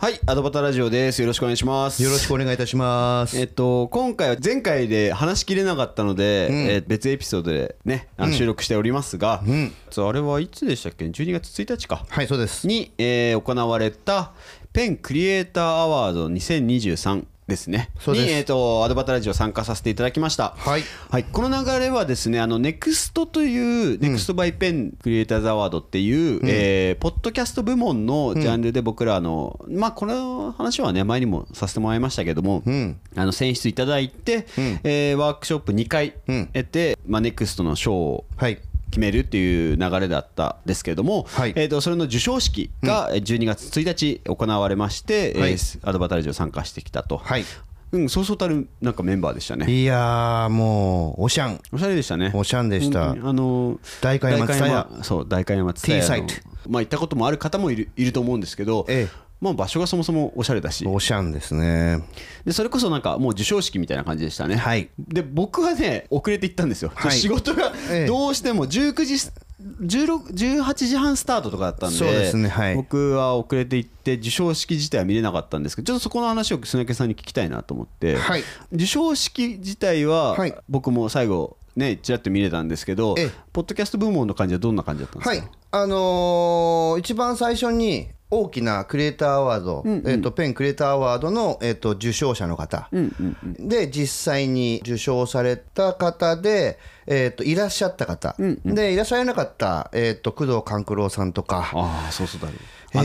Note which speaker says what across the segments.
Speaker 1: はい、アドバタラジオです。よろしくお願いします。
Speaker 2: よろしくお願いいたします。
Speaker 1: えっと、今回は前回で話しきれなかったので、えー別エピソードでね、あの収録しておりますが、そうあれはいつでしたっけ ?12 月1日か。
Speaker 2: はい、そうです。
Speaker 1: に、えー行われたペンクリエイターアワード2023ですね
Speaker 2: そうです
Speaker 1: に、えー、とアドバタラジオ参加させていただきました、
Speaker 2: はい
Speaker 1: この流れはですねあの NEXT という、NEXT by ペンクリエイターズアワードっていう、えーポッドキャスト部門のジャンルで僕らあの、まあこの話はね前にもさせてもらいましたけども、あの選出いただいて、えーワークショップ2回
Speaker 2: うん
Speaker 1: 得て、まあ、NEXT の賞を
Speaker 2: はい。
Speaker 1: 決めるっていう流れだったんですけれども、
Speaker 2: はい
Speaker 1: えー、とそれの授賞式がえー12月1日行われまして、
Speaker 2: はい
Speaker 1: えーすアドバタラジオ参加してきたと、
Speaker 2: はい。
Speaker 1: うん、そうそうたるなんかメンバーでしたね
Speaker 2: いやー、もう、おしゃん。
Speaker 1: おしゃれでしたね
Speaker 2: おしゃんでした
Speaker 1: 本当にあのー
Speaker 2: 代官山
Speaker 1: 代
Speaker 2: 蔦
Speaker 1: そう大会山
Speaker 2: T サイト
Speaker 1: まあ行ったこともある方もいるいると思うんですけど、
Speaker 2: ええ
Speaker 1: まあ、場所がそもそもおしゃれだし
Speaker 2: おしゃんですね。
Speaker 1: でそれこそなんかもう授賞式みたいな感じでしたね、
Speaker 2: はい
Speaker 1: で僕はね遅れて行ったんですよ、
Speaker 2: はい
Speaker 1: 仕事が
Speaker 2: ええ
Speaker 1: どうしても19時す16 18時半スタートとかだったんで
Speaker 2: そうですねはい
Speaker 1: 僕は遅れて行って授賞式自体は見れなかったんですけどちょっとそこの話を砂家さんに聞きたいなと思って、
Speaker 2: はい
Speaker 1: 授賞式自体は
Speaker 2: はい
Speaker 1: 僕も最後ねちらっと見れたんですけど、
Speaker 2: ええ
Speaker 1: ポッドキャスト部門の感じはどんな感じだったんです
Speaker 2: は
Speaker 1: か、
Speaker 2: い。あのー一番最初に、大きなクリエイターアワード、えっと、ペンクリエイターアワードの、えっと、受賞者の方。で、実際に受賞された方で、えっと、いらっしゃった方。で、いらっしゃらなかった、えっと、工藤官九郎さんとか、
Speaker 1: ああそうそうだね
Speaker 2: 安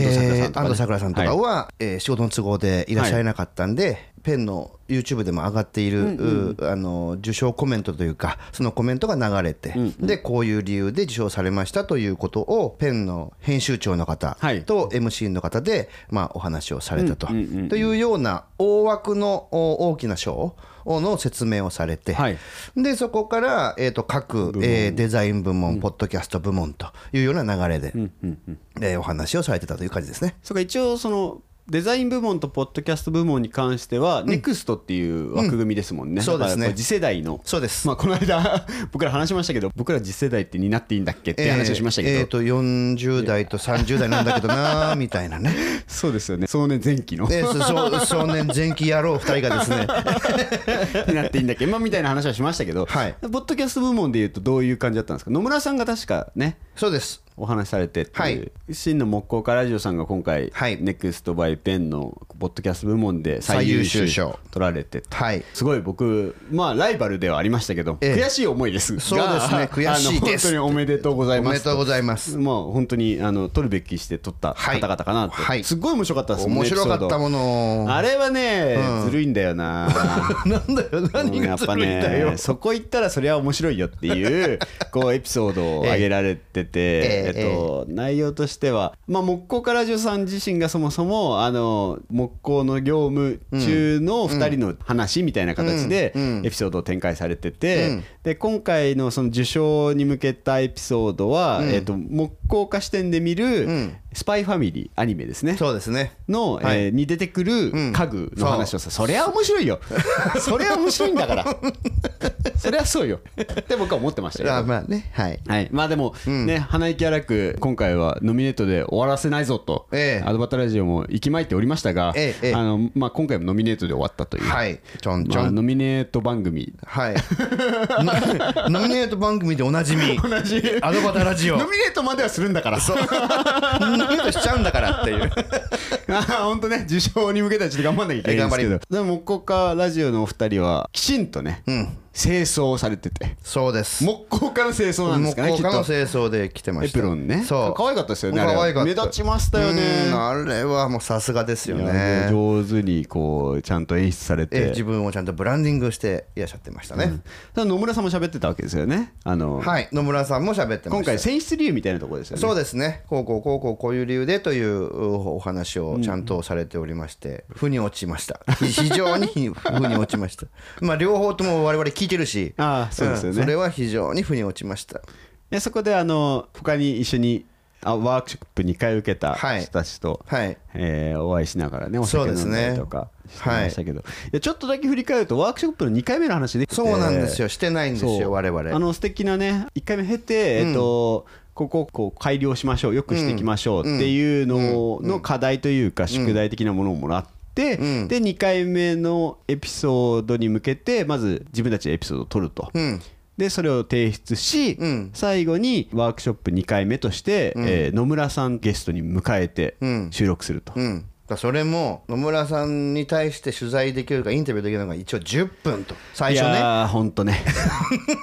Speaker 1: 安
Speaker 2: 藤
Speaker 1: 藤
Speaker 2: サク
Speaker 1: 桜
Speaker 2: ラ
Speaker 1: さ
Speaker 2: さ
Speaker 1: ん
Speaker 2: ん
Speaker 1: とか、ね
Speaker 2: とか,、とかは、えー仕事の都合でいらっしゃれなかったんで、ペンの YouTube でも上がっている、うあの受賞コメントというかそのコメントが流れて、でこういう理由で受賞されましたということをペンの編集長の方
Speaker 1: はい
Speaker 2: と MC の方で、まあ、お話をされたと,、というような大枠のお大きな賞の説明をされて、
Speaker 1: はい
Speaker 2: でそこから、えー、と各、えーデザイン部門、ポッドキャスト部門というような流れで、えーお話をされてたという感じですね。
Speaker 1: そうか一応そのデザイン部門とポッドキャスト部門に関しては、ネクストっていう枠組みですもんね、
Speaker 2: んそうで
Speaker 1: だ
Speaker 2: すね
Speaker 1: からこ次世代の
Speaker 2: そうです
Speaker 1: まあこの間 僕ら話しましたけど僕ら次世代って担っていいんだっけって話をしましたけど、
Speaker 2: えーえーと40代と30代なんだけどなーみたいなね、
Speaker 1: そうですよねそのね前期の
Speaker 2: でそそう少年前期野郎2人がです ね、
Speaker 1: になっていいんだっけ、まあ、みたいな話はしましたけど、
Speaker 2: はい
Speaker 1: ポッドキャスト部門でいうとどういう感じだったんですか野村さんが確かね
Speaker 2: そうです、
Speaker 1: お話しされてっていう、
Speaker 2: は
Speaker 1: 真の木工家ラジオさんが今回、
Speaker 2: はい
Speaker 1: ネクストバイペンのポッドキャスト部門で最優
Speaker 2: 最優
Speaker 1: 秀
Speaker 2: 秀
Speaker 1: 賞
Speaker 2: 賞
Speaker 1: 取られてと
Speaker 2: はい
Speaker 1: すごい僕まあライバルではありましたけど、
Speaker 2: ええ
Speaker 1: 悔しい思いですが
Speaker 2: そうですね悔しいです
Speaker 1: あの本当におめでとうござい
Speaker 2: お
Speaker 1: ます
Speaker 2: めでとうございます。
Speaker 1: もう本当にあの取るべきして取った方々かなと、
Speaker 2: はいはい
Speaker 1: すっごい面白かったですね
Speaker 2: 面白か
Speaker 1: エピ
Speaker 2: っ
Speaker 1: ソ
Speaker 2: た
Speaker 1: ード
Speaker 2: もの
Speaker 1: あれはね、ずるいんだよな
Speaker 2: なんだよ何
Speaker 1: や
Speaker 2: が
Speaker 1: っ
Speaker 2: ず
Speaker 1: ぱ
Speaker 2: るいんだよ、
Speaker 1: ねそこ行ったらそれは面白いよって いうこうエピソードを挙げられてて、え
Speaker 2: ええ
Speaker 1: っと、内容としては、まあ、木工家ラジオさん自身がそもそもあの木工の業務中の2人の話みたいな形でエピソードを展開されてて、で今回のその受賞に向けたエピソードは、えっと、木工家視点で見る
Speaker 2: ん
Speaker 1: 「スパイファミリー」アニメですね。
Speaker 2: そうですね
Speaker 1: の、
Speaker 2: はい
Speaker 1: えーに出てくる家具の話をさ、そりゃ面白いよ そりゃ面白いんだ からそりゃそうよって僕は思ってましたけど
Speaker 2: あまあねはい
Speaker 1: はい、まあでも、ね花息荒く今回はノミネートで終わらせないぞと、
Speaker 2: ええ
Speaker 1: アドバタラジオも息巻いておりましたが、
Speaker 2: ええええ
Speaker 1: あのまあ、今回もノミネートで終わったという、
Speaker 2: はいちょんちょ
Speaker 1: まあ、
Speaker 2: ん
Speaker 1: ノミネート番組
Speaker 2: はい ノノミネート番組でおなじみ
Speaker 1: 同じ
Speaker 2: アドバタラジオ
Speaker 1: ノミネートまではするんだから
Speaker 2: ノミネートしちゃうんだからっていう
Speaker 1: あ あ本当ね受賞に向けたらちょっと頑張んなきゃいけないんですけどでも木工家ラジオのお二人はきちんとね、清掃をされてて
Speaker 2: そうです
Speaker 1: 木工家の清掃なんです
Speaker 2: 木
Speaker 1: かね
Speaker 2: 工
Speaker 1: きっ
Speaker 2: 家の
Speaker 1: と
Speaker 2: 清掃で来てま
Speaker 1: エ
Speaker 2: した
Speaker 1: プロンね
Speaker 2: そう
Speaker 1: 可愛かったですよねあれ
Speaker 2: 可愛かった
Speaker 1: 目立ちましたよね
Speaker 2: うんあれはもうさすがですよ
Speaker 1: いや
Speaker 2: ね
Speaker 1: もう上手にこうちゃんと演出され
Speaker 2: ええ
Speaker 1: て
Speaker 2: 自分をちゃんとブランディングしていらっしゃってましたね、
Speaker 1: ただ野村さんも喋ってたわけですよねあの、
Speaker 2: はい野村さんも喋ってま
Speaker 1: 今
Speaker 2: した
Speaker 1: 回選出理由みたいなところですよね
Speaker 2: そうですねこうこうこうこうこういう理由でというお話をちゃんとされておりまして、負に落ちました非常に 負に落ちましたまあ両方とも我々聞いてるし
Speaker 1: ああそうですよね
Speaker 2: んそれは非常に負に落ちました
Speaker 1: でそこであの他に一緒にあワークショップ2回受けた人たちと、
Speaker 2: はい
Speaker 1: えーお会いしながらねお酒飲んだりとかしてましたけど、いやちょっとだけ振り返るとワークショップの2回目の話できて
Speaker 2: そうなんですよしてないんです
Speaker 1: そう
Speaker 2: よ我々
Speaker 1: あの素敵なね1回目経て、えっとここをこう改良しましょうよくしていきましょうっていうのの課題というか宿題的なものをもらって。で
Speaker 2: うん
Speaker 1: 2回目のエピソードに向けてまず自分たちでエピソードを取ると、
Speaker 2: うん
Speaker 1: でそれを提出し、
Speaker 2: うん
Speaker 1: 最後にワークショップ2回目として、えー野村さんゲストに迎えて
Speaker 2: うん
Speaker 1: 収録すると、
Speaker 2: うんだからそれも野村さんに対して取材できるかインタビューできるのが一応10分と最初
Speaker 1: い
Speaker 2: ね
Speaker 1: やーほんとね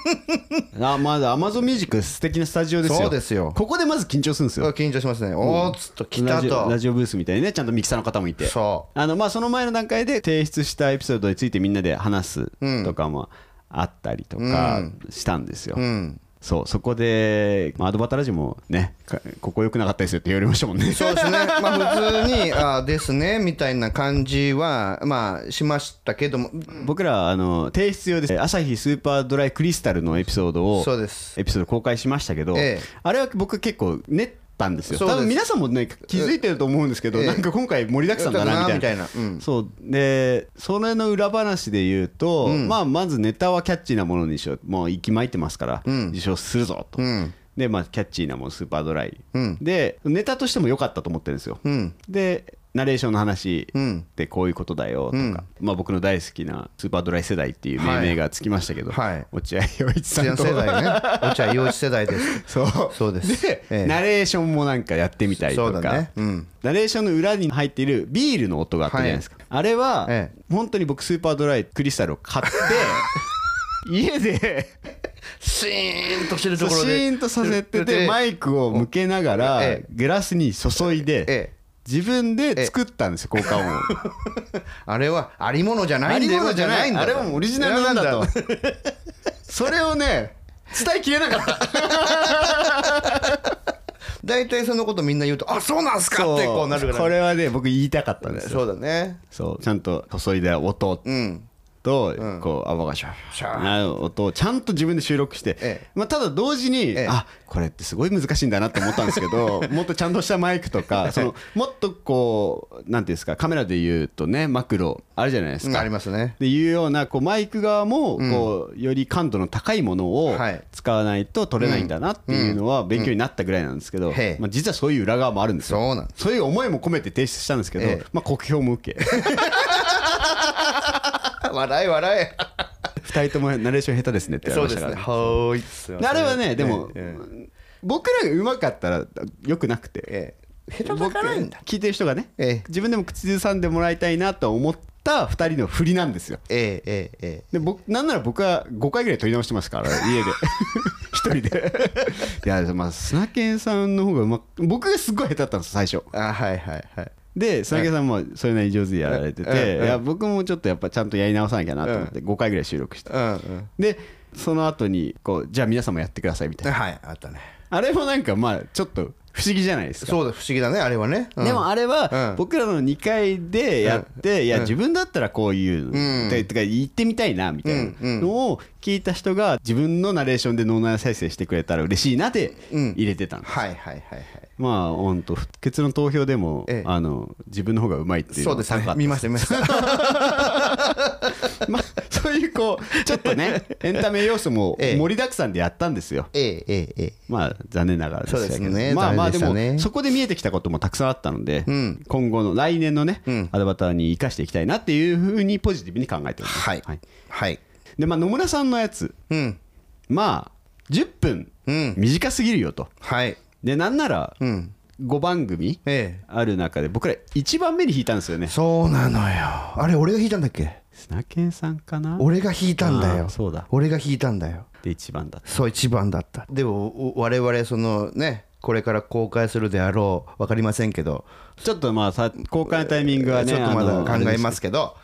Speaker 1: あまずアマゾンミュージック素敵なスタジオですよ
Speaker 2: そうですよ
Speaker 1: ここでまず緊張するんですよ
Speaker 2: 緊張しますねおーっつっと来
Speaker 1: ラ
Speaker 2: た
Speaker 1: ジオ
Speaker 2: と
Speaker 1: ラジオブースみたいにねちゃんとミキサーの方もいて
Speaker 2: そ
Speaker 1: あのまあその前の段階で提出したエピソードについてみんなで話すとかもあったりとかしたんですよ、
Speaker 2: ううん
Speaker 1: そうそこで、まあ、アドバタラジもねかここ良くなかったですよって言われましたもん ね
Speaker 2: そうですね、 まあ、普通に、あーですねみたいな感じは、まあ、しましたけども、
Speaker 1: 僕らあの提出用です朝日スーパードライクリスタルのエピソードを
Speaker 2: そうです
Speaker 1: エピソード公開しましたけど、
Speaker 2: ええ
Speaker 1: あれは僕結構練ったんですよ
Speaker 2: そうです
Speaker 1: 多分皆さんもね気づいてると思うんですけど、
Speaker 2: ええ
Speaker 1: なんか今回盛りだくさんだなみたいな
Speaker 2: なうん
Speaker 1: そうでそれの裏話で言うと、まあ、まずネタはキャッチーなものにしようもう息巻いてますから、受賞するぞと、
Speaker 2: うん
Speaker 1: で、まあ、キャッチーなものスーパードライ、
Speaker 2: うん
Speaker 1: でネタとしても良かったと思ってるんですよ、
Speaker 2: うん
Speaker 1: でナレーションの話
Speaker 2: うん
Speaker 1: ってこういうことだよとか、
Speaker 2: うん
Speaker 1: まあ、僕の大好きなスーパードライ世代っていう命名がつきましたけど、
Speaker 2: はい
Speaker 1: 落合陽一さ
Speaker 2: 世
Speaker 1: んと
Speaker 2: 代ねお茶幼稚世 代です
Speaker 1: そう
Speaker 2: そうです
Speaker 1: で、
Speaker 2: ええ
Speaker 1: ナレーションもなんかやってみたりと
Speaker 2: そ
Speaker 1: か
Speaker 2: うだねうん
Speaker 1: ナレーションの裏に入っているビールの音があったじゃないですか、あれは、
Speaker 2: ええ
Speaker 1: 本当に僕スーパードライクリスタルを買って 家で
Speaker 2: シーンとしてる
Speaker 1: シーンとさせててマイクを向けながら
Speaker 2: ええ
Speaker 1: グラスに注い
Speaker 2: え
Speaker 1: で
Speaker 2: え
Speaker 1: 自分で作ったんですよ効果音を
Speaker 2: あれはありものじゃ ない
Speaker 1: あ
Speaker 2: ん
Speaker 1: り
Speaker 2: だ
Speaker 1: も
Speaker 2: よ
Speaker 1: のじゃない
Speaker 2: んだ
Speaker 1: あれ
Speaker 2: よ
Speaker 1: はもうオリジナルなんだとそれをね伝えきれなかった
Speaker 2: 大体そのことみんな言う とあ そうなんすかってこうなるから
Speaker 1: これはね僕言いたかったんですよ
Speaker 2: そうだね
Speaker 1: そうちゃんと注いだ音
Speaker 2: うん
Speaker 1: と、こう泡がシャーシ
Speaker 2: シ
Speaker 1: ャ
Speaker 2: ャ
Speaker 1: ー
Speaker 2: ー
Speaker 1: なる音をちゃんと自分で収録して、
Speaker 2: ええ
Speaker 1: まあ、ただ同時に、
Speaker 2: え
Speaker 1: あこれってすごい難しいんだなと思ったんですけ どもっとちゃんとしたマイクとかそのもっとこうなんていうんですかカメラで言うとねマクロあるじゃないです
Speaker 2: うん
Speaker 1: か。
Speaker 2: ありますね
Speaker 1: っていうようなこうマイク側もこう、より感度の高いものを
Speaker 2: はい
Speaker 1: 使わないと取れないんだなっていうのは勉強になったぐらいなんですけど、
Speaker 2: んへえ
Speaker 1: まあ、実はそういう裏側もあるんですよ
Speaker 2: そうなん
Speaker 1: そういう思いも込めて提出したんですけど、
Speaker 2: ええ
Speaker 1: まあ、酷評も受け
Speaker 2: 笑い笑
Speaker 1: 二人ともナレーション下手ですねって
Speaker 2: い
Speaker 1: 言わ
Speaker 2: そう
Speaker 1: れま
Speaker 2: で
Speaker 1: した
Speaker 2: すね
Speaker 1: から、
Speaker 2: はーいっすよ
Speaker 1: あれはねでも、
Speaker 2: ええ
Speaker 1: 僕らがうまかったらよくなくて、
Speaker 2: ええ下手だからんだ
Speaker 1: 僕聞いてる人がね、
Speaker 2: ええ
Speaker 1: 自分でも口ずさんでもらいたいなと思った2人の振りなんですよ
Speaker 2: えええええ
Speaker 1: で僕なんなら僕は5回ぐらい撮り直してますから家で 一人 でいやまあ砂犬さんの方がうまく僕がすっごい下手だったんです最初
Speaker 2: えあはいはいはい
Speaker 1: で砂犬さんもそれなりに上手にやられて
Speaker 2: え
Speaker 1: て
Speaker 2: えええ
Speaker 1: いや僕もちょっとやっぱちゃんとやり直さなきゃなと思って5回ぐらい収録して
Speaker 2: うんうん
Speaker 1: でその後にこうじゃあ皆さんもやってくださいみたいな
Speaker 2: はいあったね
Speaker 1: あれもなんかまあちょっと不思議じゃないですか。
Speaker 2: そうだ不思議だねあれはねうん
Speaker 1: でもあれは
Speaker 2: うん
Speaker 1: 僕らの2回でやって、いや自分だったらこういう
Speaker 2: うん
Speaker 1: ててか言ってみたいなみたいな
Speaker 2: うんうん
Speaker 1: のを聞いた人が自分のナレーションで脳内再生してくれたら嬉しいなって
Speaker 2: うん
Speaker 1: 入れてたの、
Speaker 2: はいはいはいはい
Speaker 1: まあほんと結論投票でも、
Speaker 2: ええ
Speaker 1: あの自分の方がうまいっていう
Speaker 2: そうですね
Speaker 1: ね
Speaker 2: 見ました見ました
Speaker 1: まあ、そういうこうちょっと ねエンタメ要素も
Speaker 2: ええ
Speaker 1: 盛りだくさんでやったんですよ、
Speaker 2: ええええええ
Speaker 1: まあ残念ながらでしたけど
Speaker 2: そうですね
Speaker 1: まあまあで
Speaker 2: 残
Speaker 1: も
Speaker 2: 念でしたね
Speaker 1: そこで見えてきたこともたくさんあったので、
Speaker 2: ん
Speaker 1: 今後の来年のね、
Speaker 2: ん
Speaker 1: アドバターに生かしていきたいなっていうふうにポジティブに考えております。
Speaker 2: はいはい
Speaker 1: でまあ野村さんのやつ
Speaker 2: うん
Speaker 1: まあ10分
Speaker 2: うん
Speaker 1: 短すぎるよと。
Speaker 2: はい
Speaker 1: でなんなら
Speaker 2: うん
Speaker 1: 5番組
Speaker 2: え
Speaker 1: ある中で僕ら1番目に引いたんですよね
Speaker 2: え。そうなのよあれ俺が弾いたんだっけ
Speaker 1: 砂犬さんかな
Speaker 2: 俺が弾いたんだ
Speaker 1: あー
Speaker 2: よ
Speaker 1: そうだ
Speaker 2: 俺が弾いたんだよ
Speaker 1: で1番だった。
Speaker 2: そう一番だったでもお我々そのねこれから公開するであろう分かりませんけど
Speaker 1: ちょっとまあさ公開のタイミン
Speaker 2: ち
Speaker 1: グ
Speaker 2: ょ
Speaker 1: は
Speaker 2: っ
Speaker 1: ね
Speaker 2: とまだ
Speaker 1: あの
Speaker 2: 考えますけど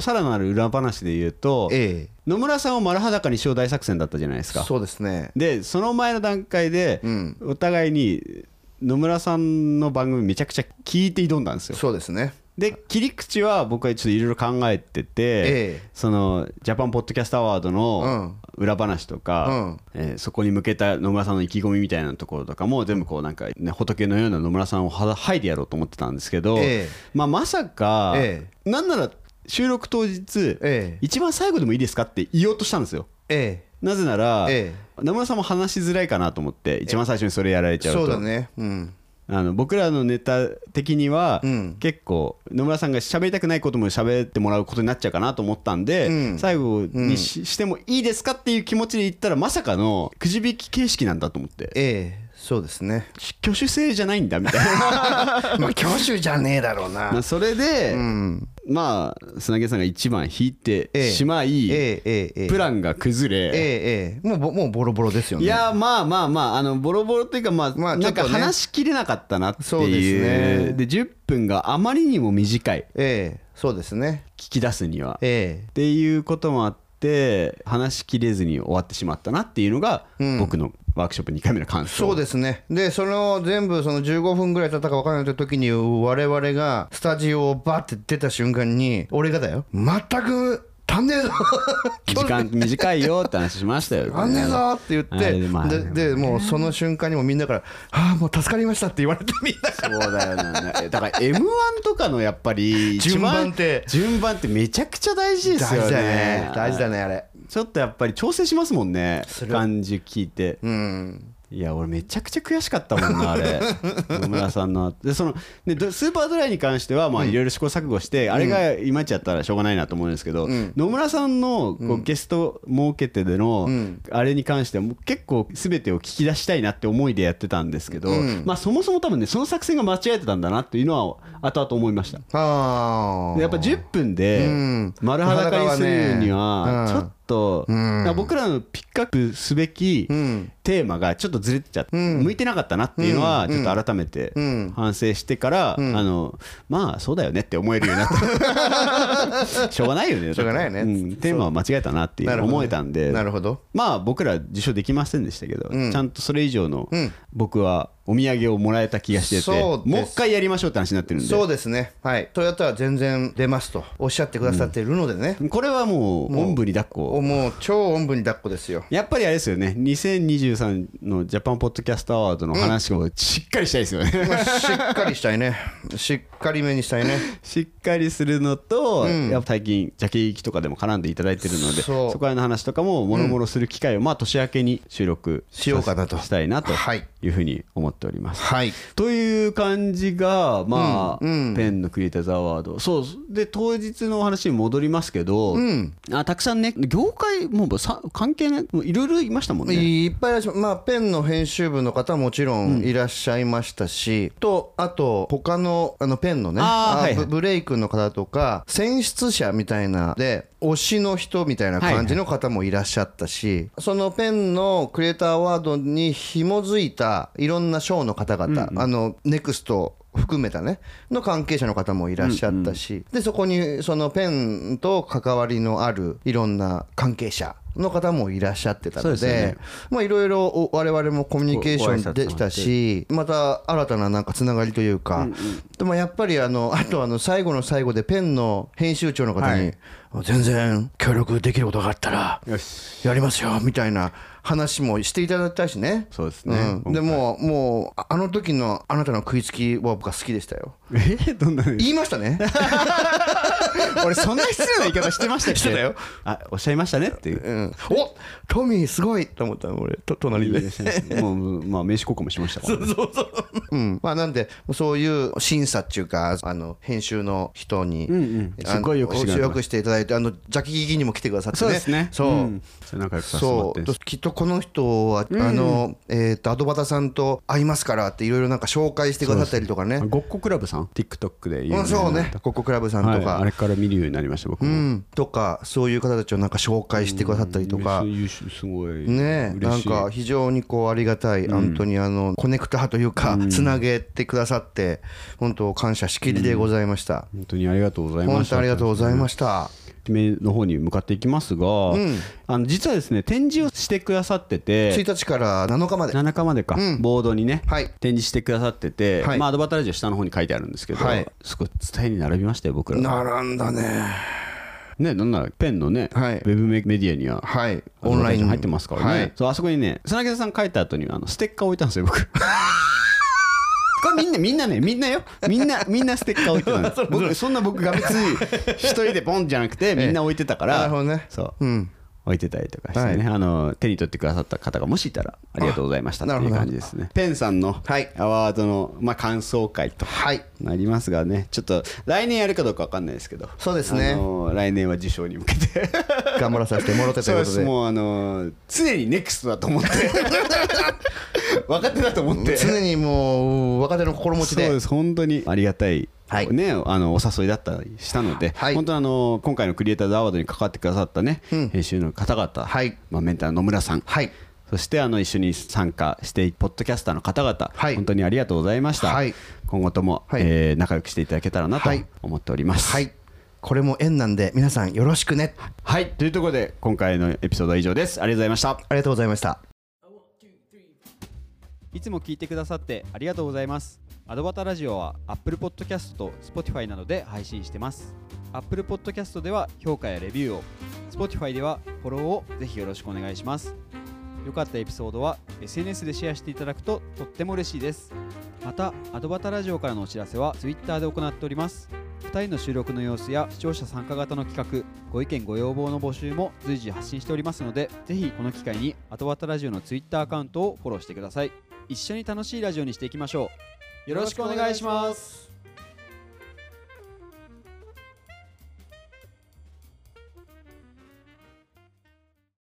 Speaker 1: さらなる裏話で言うと、
Speaker 2: え
Speaker 1: 野村さんを丸裸にしよう大作戦だったじゃないです
Speaker 2: え
Speaker 1: か。
Speaker 2: そうですね
Speaker 1: でその前の段階で、
Speaker 2: ん
Speaker 1: お互いに野村さんの番組めちゃくちゃ聞いて挑んだんですよ
Speaker 2: そうですね
Speaker 1: で切り口は僕はちょっといろいろ考えてて、
Speaker 2: ええ
Speaker 1: そのジャパンポッドキャストアワードの裏話とか、えーそこに向けた野村さんの意気込みみたいなところとかも全部こうなんか、ね、仏のような野村さんをははいでやろうと思ってたんですけど、
Speaker 2: ええ
Speaker 1: まあ、まさか、
Speaker 2: え
Speaker 1: なんなら収録当日、
Speaker 2: ええ
Speaker 1: 一番最後でもいいですかって言おうとしたんですよ。
Speaker 2: え
Speaker 1: なぜなら、
Speaker 2: え
Speaker 1: 野村さんも話しづらいかなと思って一番最初にそれやられち
Speaker 2: え
Speaker 1: ゃうと
Speaker 2: そうだねうん
Speaker 1: あの僕らのネタ的には、
Speaker 2: うん
Speaker 1: 結構野村さんが喋りたくないことも喋ってもらうことになっちゃうかなと思ったんで、
Speaker 2: うん
Speaker 1: 最後にし,、してもいいですかっていう気持ちで言ったらまさかのくじ引き形式なんだと思って
Speaker 2: ええそうですね
Speaker 1: 挙手制じゃないんだみたいな
Speaker 2: まあ挙手じゃねえだろう
Speaker 1: まあ
Speaker 2: な
Speaker 1: それで、
Speaker 2: うん
Speaker 1: まあ砂毛さんが1番引いてしまい、
Speaker 2: ええええええ
Speaker 1: プランが崩れ、
Speaker 2: ええええもうぼもうボロボロですよね
Speaker 1: いやーまあまあまああのボロボロっていうかまあ、
Speaker 2: まあ
Speaker 1: なんか
Speaker 2: ちょっとね
Speaker 1: 話しきれなかったなっていう
Speaker 2: そうですね
Speaker 1: で10分があまりにも短い
Speaker 2: ええそうですね
Speaker 1: 聞き出すには
Speaker 2: え
Speaker 1: っていうこともあって話しきれずに終わってしまったなっていうのが、僕のワークショップ2回目の感
Speaker 2: えそ
Speaker 1: 想
Speaker 2: うですねでその全部その15分ぐらい経ったか分からない時に我々がスタジオをバッて出た瞬間に俺がだよ全く足んねえぞ
Speaker 1: 時間短いよって話しましたよ、
Speaker 2: 足んねえぞって言
Speaker 1: あれでまあ
Speaker 2: ってででもうその瞬間にもみんなから「ああもう助かりました」って言われてみんなから
Speaker 1: そうだよねだから m 1とかのやっぱり一番
Speaker 2: 順番って
Speaker 1: 順番ってめちゃくちゃ大事ですよね
Speaker 2: 大事だねあれ
Speaker 1: ちょっとやっぱり調整しますもんね
Speaker 2: する
Speaker 1: 感じ聞いて
Speaker 2: うん
Speaker 1: いや俺めちゃくちゃ悔しかったもんなあ れ野村さんのでそのねどスーパードライに関してはまあいろいろ試行錯誤して、あれがいまいちやったらしょうがないなと思うんですけど、野村さんのこう、ゲスト設けてでの、あれに関してはもう結構全てを聞き出したいなって思いでやってたんですけど、まあそもそも多分ねその作戦が間違えてたんだなっていうのは後々思いました。
Speaker 2: ああ
Speaker 1: でやっぱ10分
Speaker 2: う
Speaker 1: で
Speaker 2: ん
Speaker 1: 丸裸にするに
Speaker 2: 丸裸は
Speaker 1: は
Speaker 2: ね
Speaker 1: ちょっと、
Speaker 2: うん
Speaker 1: だから僕らのピックアップすべき
Speaker 2: うん
Speaker 1: テーマがちょっとずれてちゃって、向いてなかったなっていうのはちょっと改めて
Speaker 2: うん
Speaker 1: 反省してから、あのまあそうだよねって思えるようにな ったしょうがないよね
Speaker 2: しょうがないね
Speaker 1: んテーマは間違えたなっていう
Speaker 2: なるほどね
Speaker 1: 思えたんで
Speaker 2: なるほど
Speaker 1: まあ僕ら受賞できませんでしたけど、
Speaker 2: うん
Speaker 1: ちゃんとそれ以上の
Speaker 2: うん
Speaker 1: 僕はお土産をもらえた気がしてて、
Speaker 2: そうで
Speaker 1: も
Speaker 2: す
Speaker 1: う一回やりましょうって話になってるんで
Speaker 2: そうですねはいトヨタは全然出ますとおっしゃってくださっているのでね、
Speaker 1: これはもうおんぶに抱っ
Speaker 2: お
Speaker 1: こ
Speaker 2: もう超おんぶに抱っこですよ
Speaker 1: やっぱりあれですよね2023のジャパンポッドキャストアワードの話をしっかりしたいですよね、
Speaker 2: まあしっかりしたいねしっかりめにしたいね
Speaker 1: しっかりするのと、やっぱ最近ジャケ行きとかでも絡んでいただいてるので
Speaker 2: そ
Speaker 1: そうこら辺の話とかももろもろする機会を、まあ年明けに収録
Speaker 2: しようかなと
Speaker 1: したいなと
Speaker 2: はい
Speaker 1: いうふうに思っております。
Speaker 2: はい
Speaker 1: という感じが、まあ
Speaker 2: うんうん
Speaker 1: ペンのクリエイターズアワードそうで当日のお話に戻りますけど、あたくさんね業界もうさ関係ないもういろいろいましたもんね。
Speaker 2: いっぱいいらっしゃまあ、ペンの編集部の方はもちろんいらっしゃいましたし、とあと他のあのペンのね
Speaker 1: あー
Speaker 2: あー
Speaker 1: はいはい
Speaker 2: ブブレイクの方とか選出者みたいなで推しの人みたいな感じの方もいらっしゃったし、そのペンのクリエイターアワードに紐づいたいろんな賞の方々、あのネクスト含めたねの関係者の方もいらっしゃったし、でそこにそのペンと関わりのあるいろんな関係者の方もいらっしゃってた
Speaker 1: そう
Speaker 2: の
Speaker 1: です
Speaker 2: で
Speaker 1: よね
Speaker 2: まあいろいろお我々もコミュニケーションできたしまた新たななんかつながりというか、でもやっぱりあのあ とあの最後の最後でペンの編集長の方に、全然協力できることがあったら
Speaker 1: よし
Speaker 2: やりますよみたいな話もしていただいたしね。
Speaker 1: そうですね。
Speaker 2: うん、でもうもうああの時のあなたの食いつきは僕は好きでしたよ
Speaker 1: えどんな
Speaker 2: 言いました ね
Speaker 1: 俺そんな失礼な言い方してましたっ け
Speaker 2: してたよ
Speaker 1: あおっしゃいましたねっていう
Speaker 2: うん、おトミーすごいと思ったの俺と隣で
Speaker 1: もうまあ名刺交換もしましたから、ね、
Speaker 2: うんまあ、なんでそういう審査っていうかあの編集の人に、
Speaker 1: んうん
Speaker 2: あの
Speaker 1: すごいよくしてくれてます
Speaker 2: よくしていただいてあのジャキギギにも来てくださってね
Speaker 1: そうですね
Speaker 2: そう、
Speaker 1: んそれ仲良くさせてもらっ
Speaker 2: そ
Speaker 1: てる
Speaker 2: う
Speaker 1: んです
Speaker 2: きっとこの人は、あのえー、とアドバタさんと会いますからっていろいろなんか紹介してくださったりとかね
Speaker 1: あごっこクラブさん TikTok で有名
Speaker 2: う、
Speaker 1: なん
Speaker 2: そうねココクラブさん
Speaker 1: は
Speaker 2: と
Speaker 1: い、
Speaker 2: か、
Speaker 1: あれから見るようになりました僕も、
Speaker 2: うん、とかそういう方たちをなんか紹介してくださったりとか、
Speaker 1: 優秀すごい
Speaker 2: ねえな
Speaker 1: 嬉
Speaker 2: ん
Speaker 1: しい
Speaker 2: か非常にこうありがたい、本当にあのコネクターというか、つなげてくださって本当感謝しきりでございました、
Speaker 1: 本当にありがとうございま
Speaker 2: 本
Speaker 1: した
Speaker 2: 当ありがとうございました、
Speaker 1: 決めの方に向かっていきますが、あの実はですね展示をしてくださってて
Speaker 2: 1日から7日まで
Speaker 1: 7日までか、ボードにね、
Speaker 2: はい
Speaker 1: 展示してくださってて、
Speaker 2: はい
Speaker 1: まあ、アドバタラジオ下の方に書いてあるんですけど、
Speaker 2: はい
Speaker 1: すごい伝えに並びましたよ僕ら
Speaker 2: 並んだね
Speaker 1: ねなんならペンのね、
Speaker 2: はい
Speaker 1: ウェブメディアには
Speaker 2: はい
Speaker 1: オ
Speaker 2: オン
Speaker 1: ンラ
Speaker 2: ラ
Speaker 1: イ
Speaker 2: イ
Speaker 1: ン
Speaker 2: ン
Speaker 1: 入ってますからね、
Speaker 2: はい
Speaker 1: そうあそこにね砂木さん書いた後にあのステッカー置いたんですよ 僕これみんなみんなねみんなよみんなみんなステッカー置いてたんです僕 そんな僕が別に一人でボンじゃな くてみんな置いてたから、
Speaker 2: なるほどね
Speaker 1: そう、
Speaker 2: ん
Speaker 1: 置いてたりとかしてね、あの手に取ってくださった方がもしいたらありがとうございましたって
Speaker 2: あ
Speaker 1: いう感じですねペンさんの
Speaker 2: はい
Speaker 1: アワードの、まあ、感想会と
Speaker 2: はい
Speaker 1: なりますがねちょっと来年やるかどうかわかんないですけど
Speaker 2: そうですね
Speaker 1: あの来年は受賞に向けて
Speaker 2: 頑張らさせてもろてと
Speaker 1: そ
Speaker 2: いうう
Speaker 1: で
Speaker 2: こと
Speaker 1: す
Speaker 2: で
Speaker 1: もうあの常にネクストだと思って 若手だと思って
Speaker 2: 常にもう若手の心持
Speaker 1: そ
Speaker 2: ち
Speaker 1: う
Speaker 2: で
Speaker 1: です本当にありがたい、
Speaker 2: はい
Speaker 1: ね、あのお誘いだったりしたので、
Speaker 2: はい
Speaker 1: 本当にあの今回のクリエイターズアワードに関わってくださったね、編集の方々、
Speaker 2: はい
Speaker 1: まあ、メンターの野村さん、
Speaker 2: はい
Speaker 1: そしてあの一緒に参加してポッドキャスターの方々、
Speaker 2: はい
Speaker 1: 本当にありがとうございました、
Speaker 2: はい
Speaker 1: 今後とも、
Speaker 2: はい
Speaker 1: えー仲良くしていただけたらなと
Speaker 2: はい
Speaker 1: 思っております。
Speaker 2: はいこれも縁なんで皆さんよろしくね
Speaker 1: はいというところで今回のエピソードは以上です。ありがとうございました。
Speaker 2: ありがとうございました
Speaker 1: いつも聞いてくださってありがとうございます。アドバタラジオは Apple Podcast と Spotify などで配信してます。Apple Podcast では評価やレビューを、Spotify ではフォローをぜひよろしくお願いします。良かったエピソードは SNS でシェアしていただくととっても嬉しいです。また、アドバタラジオからのお知らせは Twitter で行っております。2人の収録の様子や視聴者参加型の企画、ご意見ご要望の募集も随時発信しておりますので、ぜひこの機会にアドバタラジオの Twitter アカウントをフォローしてください。一緒に楽しいラジオにしていきましょうよろしくお願いします